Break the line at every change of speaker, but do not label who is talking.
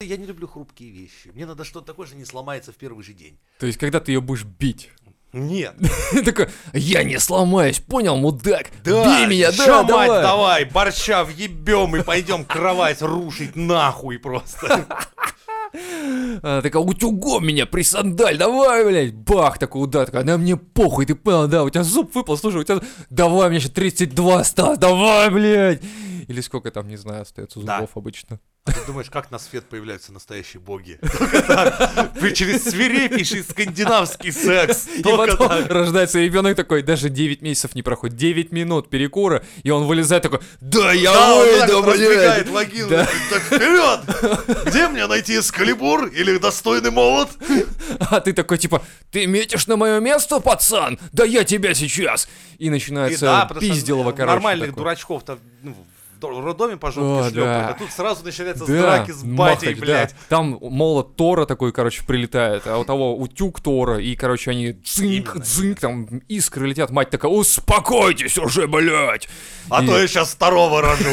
Я не люблю хрупкие вещи. Мне надо что-то такое, что не сломается в первый же день.
То есть, когда ты ее будешь бить,
Нет.
ты такой, я не сломаюсь, понял, мудак?
Да,
Бей меня,
чё,
да,
мать,
давай.
давай, борща въебем и пойдем кровать рушить нахуй просто.
Она такая, утюгом меня присандаль, давай, блядь. Бах, такой удар, такая, да мне похуй, ты понял, да, у тебя зуб выпал, слушай, у тебя, давай, мне еще 32 осталось, давай, блядь. Или сколько там, не знаю, остается
Да.
зубов обычно.
А Ты думаешь, как на свет появляются настоящие боги? Только так. Вы Через свирепейший скандинавский секс.
И
Только
потом
так.
рождается ребенок такой, даже 9 месяцев не проходит, 9 минут перекура, и он вылезает такой, да я
Да, он вот так
выйду,
вот раздвигает
блядь.
вагину.
Да.
Так, вперед! Где мне найти эскалибур или достойный молот?
А ты такой, типа, ты метишь на мое место, пацан? Да я тебя сейчас. И
И
начинается
потому что
пизделово, короче.
Нормальных
такое.
дурачков-то ну, в дор- роддоме по жопке
О,
шлепают,
да.
а тут сразу начинается
Да,
драки с батей,
махать, да.
блядь.
Там молот Тора такой, короче, прилетает, а у того утюг Тора, и, короче, они дзыньк,
Именно,
дзыньк, там искры летят. Мать такая, успокойтесь уже, блядь.
А
И-
то я сейчас второго рожу.